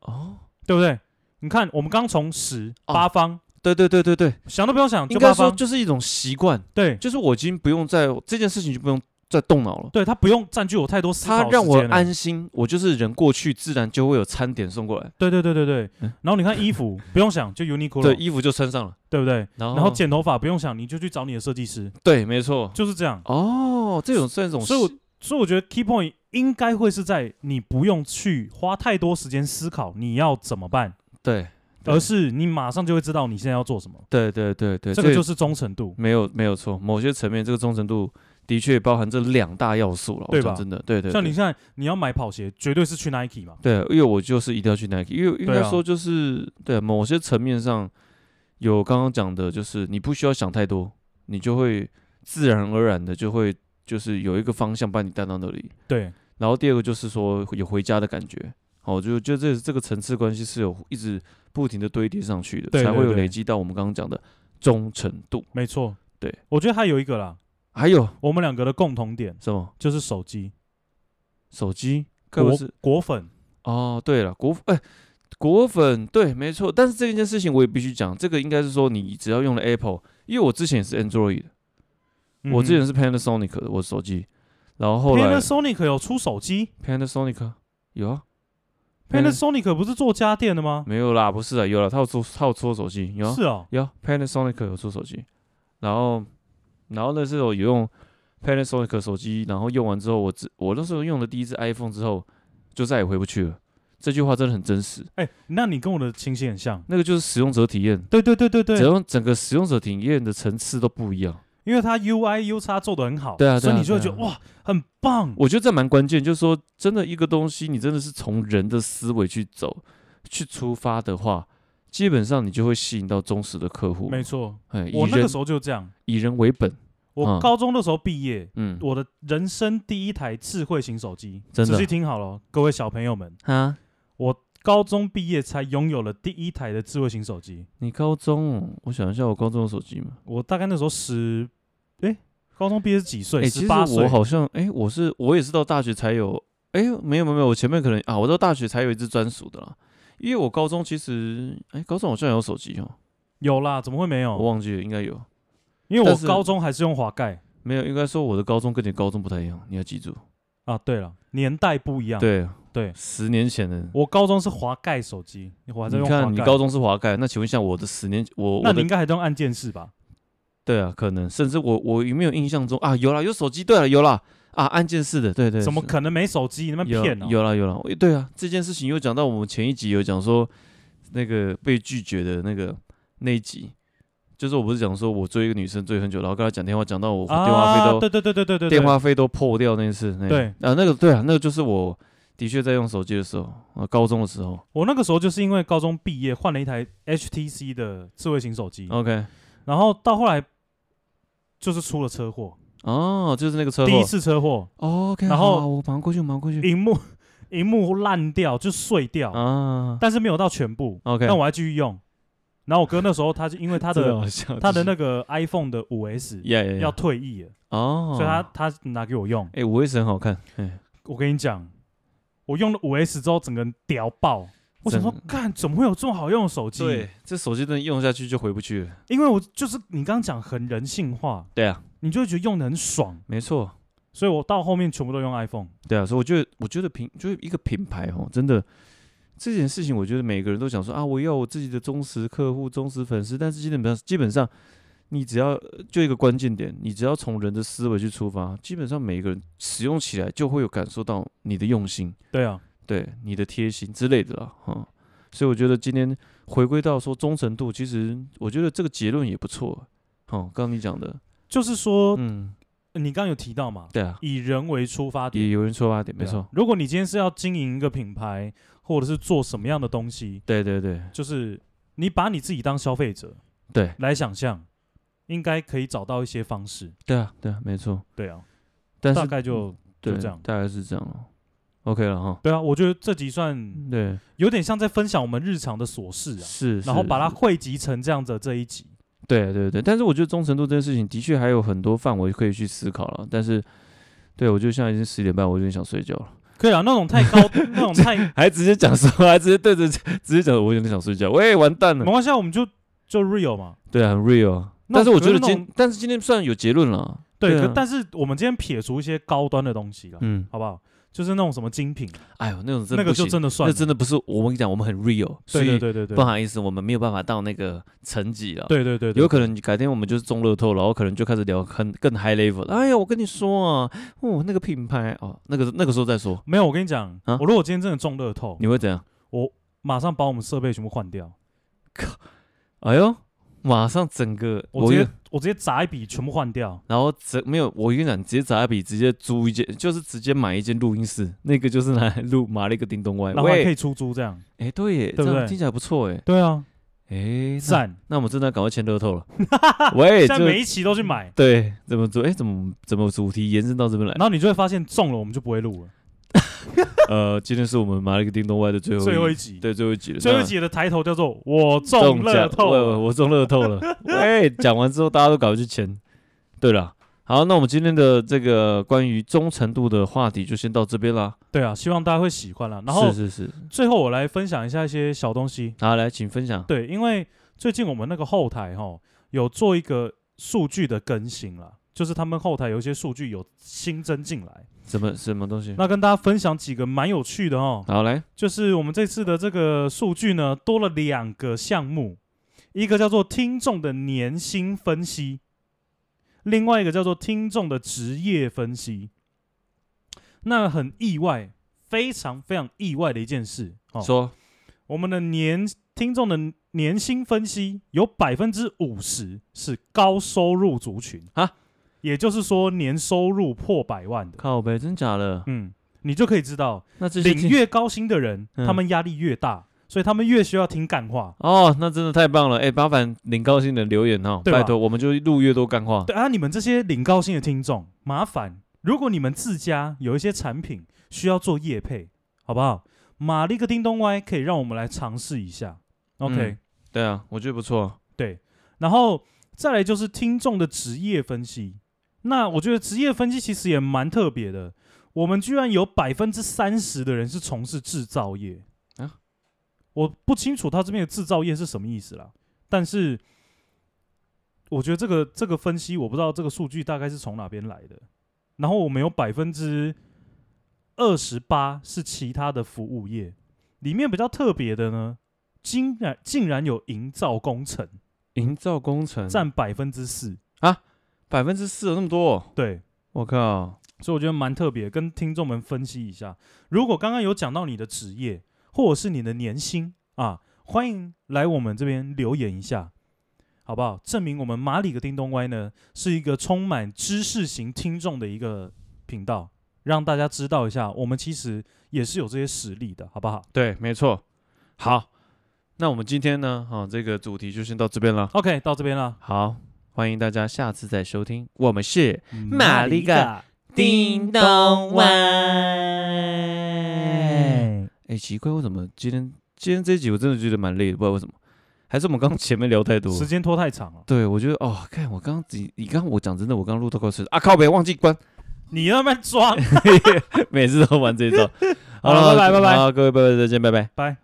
哦，
对不对？你看，我们刚从十
哦
八方
对对对对对，
想都不用想，
应
就
该
八
说
哦方，
就是一种习惯，
对
就是我已经不用再这件事情就不用再动脑了。
对，他不用占据我太多思考
它
时
让我
间了
安心，我就是人过去，自然就会有餐点送过来，
对对对对对
嗯。
然后你看衣服不用想，就 Uniqlo，
对，哦
对
衣服就穿上了，
不对？
然后
然后剪头发不用想，你就去找你的设计师，
对，没错，
就是这样。
哦，这种算一种，
所以我所以我觉得 key point 应该会是在你不用去花太多时间思考你要怎么办，
对，对
而是你马上就会知道你现在要做什么。
对对对对，
这个就是忠诚度。
没有没有错，某些层面这个忠诚度的确包含这两大要素了，我
对
讲
吧
真的，对对，
像
对
你现在你要买跑鞋，绝对是去 Nike 嘛。
对，因为我就是一定要去 Nike，因为应
对啊
该说就是对,、某些层面上有刚刚讲的，就是你不需要想太多，你就会自然而然的就会就是有一个方向把你带到那里。
对，
然后第二个就是说有回家的感觉，哦，就就这这个层次关系是有一直不停的堆叠上去的，
对
才
对
会有
对
累积到我们刚刚讲的忠诚度。
没错。
对，
我觉得还有一个啦，
还有
我们两个的共同点
什么
就是手机
手机？该
国
不是
果粉。
哦，对了，果哎、果粉对，没错。但是这件事情我也必须讲，这个应该是说你只要用了 Apple，因为我之前也是 Android 的，
嗯
我之前是 Panasonic 的，我手机，然后后来
Panasonic 有出手机
Panasonic 啊有啊
，Panasonic 不是做家电的吗？
没有啦，不是啊，有了，他有出他有出手机，有啊
是哦，
有啊 Panasonic 有出手机，然后然后那时候有用 Panasonic 手机，然后用完之后，我只我那时候用了第一只 iPhone 之后，就再也回不去了。这句话真的很真实，
哎，那你跟我的情形很像。
那个就是使用者体验。
对对对对
只
对，
要整个使用者体验的层次都不一样。
因为它 UI U 叉做的很好，
对啊对啊
所以你就会觉
对啊
得哇，很棒。
我觉得这蛮关键，就是说，真的一个东西，你真的是从人的思维去走、去出发的话，基本上你就会吸引到忠实的客户。
没，错，
哎，以
我那个
人
时候就这样，
以人为本，
我
嗯
高中的时候毕业，
嗯，
我的人生第一台智慧型手机，
真的
仔细听好了，哦各位小朋友们，
啊，
我高中毕业才拥有了第一台的智慧型手机。
你高中哦，我想一下，我高中的手机嘛，
我大概那时候十，哎，高中毕业是几岁？
哎，其
十
实
八岁
我。好像，哎，我是我也是到大学才有，哎，没有没有没有，我前面可能啊，我到大学才有一只专属的啦，因为我高中其实，哎，高中好像有手机哦，
有啦，怎么会没
我
有？
忘记了，应该有，
因为我
但是
高中还是用滑盖
没有，应该说我的高中跟你高中不太一样，你要记住，
啊。对了，年代不一样。
对，啊
对，
十年前的。
我高中是滑盖手机，我还在
你
用滑盖。
看，你高中是滑盖，那请问一下，我的十年，我
那
我
你
的
应该还在用按键式吧？
对啊，可能甚至我我有没有印象中啊？有啦，有手机，对了，有啦啊，按键式的，对对，
怎么
是
可能没手机？你那边
有
骗呢？哦
有啦有啦，诶对啊，这件事情又讲到我们前一集有讲说那个被拒绝的那个那一集，就是我不是讲说我追一个女生追很久，然后跟她讲电话，讲到我电话费
啊，
都、
对对对对对对，对
电话费都破掉那一次，那个
对
啊那个对啊，那个就是我的确在用手机的时候啊，高中的时候
我那个时候就是因为高中毕业换了一台 HTC 的智慧型手机，
，OK，
然后到后来就是出了车祸，
哦，就是那个车祸
第一次车祸，
哦，OK，
然后
好好我马上过去，我马上过去
荧幕荧幕烂掉就碎掉，
啊
但是没有到全部，
，OK，
但我还继续用。然后我哥那时候他是因为 他
真
的
好笑
他的
就是
那个 iPhone 的五 S
呀呀呀
要退役了，
哦，
所以他他拿给我用。
哎、五 S 很好看，哎，
我跟你讲，我用了五 S 之后，整个人屌爆。我想说
真，
干怎么会有这么好用的手机？，
对，这手机真的用下去就回不去了。
因为我就是你刚刚讲很人性化，
对啊，
你就会觉得用的很爽，
没错，
所以我到后面全部都用 iPhone。
对啊，所以我觉得，我觉得品就是一个品牌哦，真的这件事情，我觉得每个人都想说啊，我要我自己的忠实客户、忠实粉丝，但是基本上基本上。你只要呃就一个关键点，你只要从人的思维去出发，基本上每一个人使用起来就会有感受到你的用心，
对啊，
对你的贴心之类的啦，哈。所以我觉得今天回归到说忠诚度，其实我觉得这个结论也不错。哦，刚刚你讲的，
就是说、
嗯，
你刚刚有提到嘛，
对啊，
以人为出发点，
也有人出发点，没
对啊
错，。
如果你今天是要经营一个品牌，或者是做什么样的东西，
对对对
就是你把你自己当消费者
对
来想象，应该可以找到一些方式。
对啊对啊，没错。
对啊，
但是
大概就
对
就这样
大概是这样了。OK 了哈，
对啊，我觉得这集算
对，
有点像在分享我们日常的琐事嗯啊，
是，
然后
是
把它
是
汇集成这样子的这一集。
对对对，但是我觉得忠诚度这件事情的确还有很多范围可以去思考了。但是，对我觉得现在已经十点半，我有点想睡觉了。
可以啊，那种太高，那种太
还直接讲说，还直接对着，直接讲，我有点想睡觉。喂，完蛋了
没。关系啊，我们就就 real 嘛。
对啊，很 real。
那
但是我
可是
觉得
那
今
种，
但是今天算有结论了。
对，
啊
可但是我们今天撇除一些高端的东西了，
嗯，
好不好？就是那种什么精品，
哎呦，那种真的
那个
不
就
行
真的算
那
了，
真的不是我们讲，我们很 real，所
对
以
对对对对
不好意思，我们没有办法到那个层级了。，
对对对对，
有可能改天我们就是中乐透，然后可能就开始聊很更 high level 的。哎呀，我跟你说啊，哦，那个品牌哦，那个那个时候再说，
没有。我跟你讲，
啊
我如果今天真的中乐透，
你会怎样？
我马上把我们设备全部换掉，
哎呦，马上整个
我直
有
接我直接砸一笔全部换掉。
然后直没有，我跟你讲，你直接砸一笔，直接租一间，就是直接买一间录音室，那个就是拿来录马了一个叮咚外。
然后还可
喂，
以出租这样，
哎，对耶，
对不
这样
对
听起来不错哎，
对啊，
哎，那
赞！
那我们真的要赶快签乐透 了。喂，
现在
这
每一期都去买，
对怎么做？哎，怎么怎么主题延伸到这边来
然？后你就会发现中了，我们就不会录了。
呃，今天是我们马了一个叮咚外的最后
最后
一
一集，
对最后一集了，
最后一
那
集的抬头叫做“我中乐
奖
透
我
了
我中乐透了。 哎，讲完之后大家都赶快去签。对了，好，那我们今天的这个关于忠诚度的话题就先到这边啦。”。
对啊，希望大家会喜欢啦。然后
是是是，
最后我来分享一下一些小东西。
好，来，请分享。
对，因为最近我们那个后台哈有做一个数据的更新啦，就是他们后台有一些数据有新增进来。
什么什么东西？
那跟大家分享几个蛮有趣的哦，
好，来，
就是我们这次的这个数据呢多了两个项目，一个叫做听众的年薪分析，另外一个叫做听众的职业分析。那很意外，非常非常意外的一件事哦，
说
我们的年听众的年薪分析有百分之五十是高收入族群
啊，
也就是说年收入破百万的，
靠呗，真假的？
嗯，你就可以知道，
那这些
领越高薪的人，
嗯
他们压力越大，所以他们越需要听干话。
哦，那真的太棒了！哎、麻烦领高兴的留言哦，
对吧
拜托，我们就录越多干话。
对啊，你们这些领高薪的听众，麻烦如果你们自家有一些产品需要做业配，好不好？马力个叮咚歪可以让我们来尝试一下。OK，、
嗯对啊，我觉得不错。
对，然后再来就是听众的职业分析。那我觉得职业分析其实也蛮特别的，我们居然有百分之三十的人是从事制造业
啊
我不清楚他这边的制造业是什么意思啦，但是我觉得这个这个分析我不知道这个数据大概是从哪边来的。然后我们有百分之二十八是其他的服务业，里面比较特别的呢，竟然竟然有营造工程。
营造工程
占百分之四，
百分之四，有那么多、哦
对，
我靠！
所以我觉得蛮特别，跟听众们分析一下。如果刚刚有讲到你的职业或者是你的年薪啊，欢迎来我们这边留言一下，好不好？证明我们马里个叮咚歪呢是一个充满知识型听众的一个频道，让大家知道一下，我们其实也是有这些实力的，好不好
对，没错。好，那我们今天呢，哈、这个主题就先到这边了。
？OK，到这边了，
好，欢迎大家下次再收听。我们是
玛丽
嘎
嘎叮咚外。
哎
哎、奇怪，为什么今天今天这一集我真的觉得蛮累的，不知道为什么，还是我们刚刚前面聊太多了。
时间拖太长了，
对，我觉得哦，看我刚刚你你刚刚我讲真的，我刚刚录到快睡着啊，靠北忘记关，
你在那边装。
每次都玩这一招。
好了拜拜拜拜
好，各位拜拜，再见，拜拜。
拜。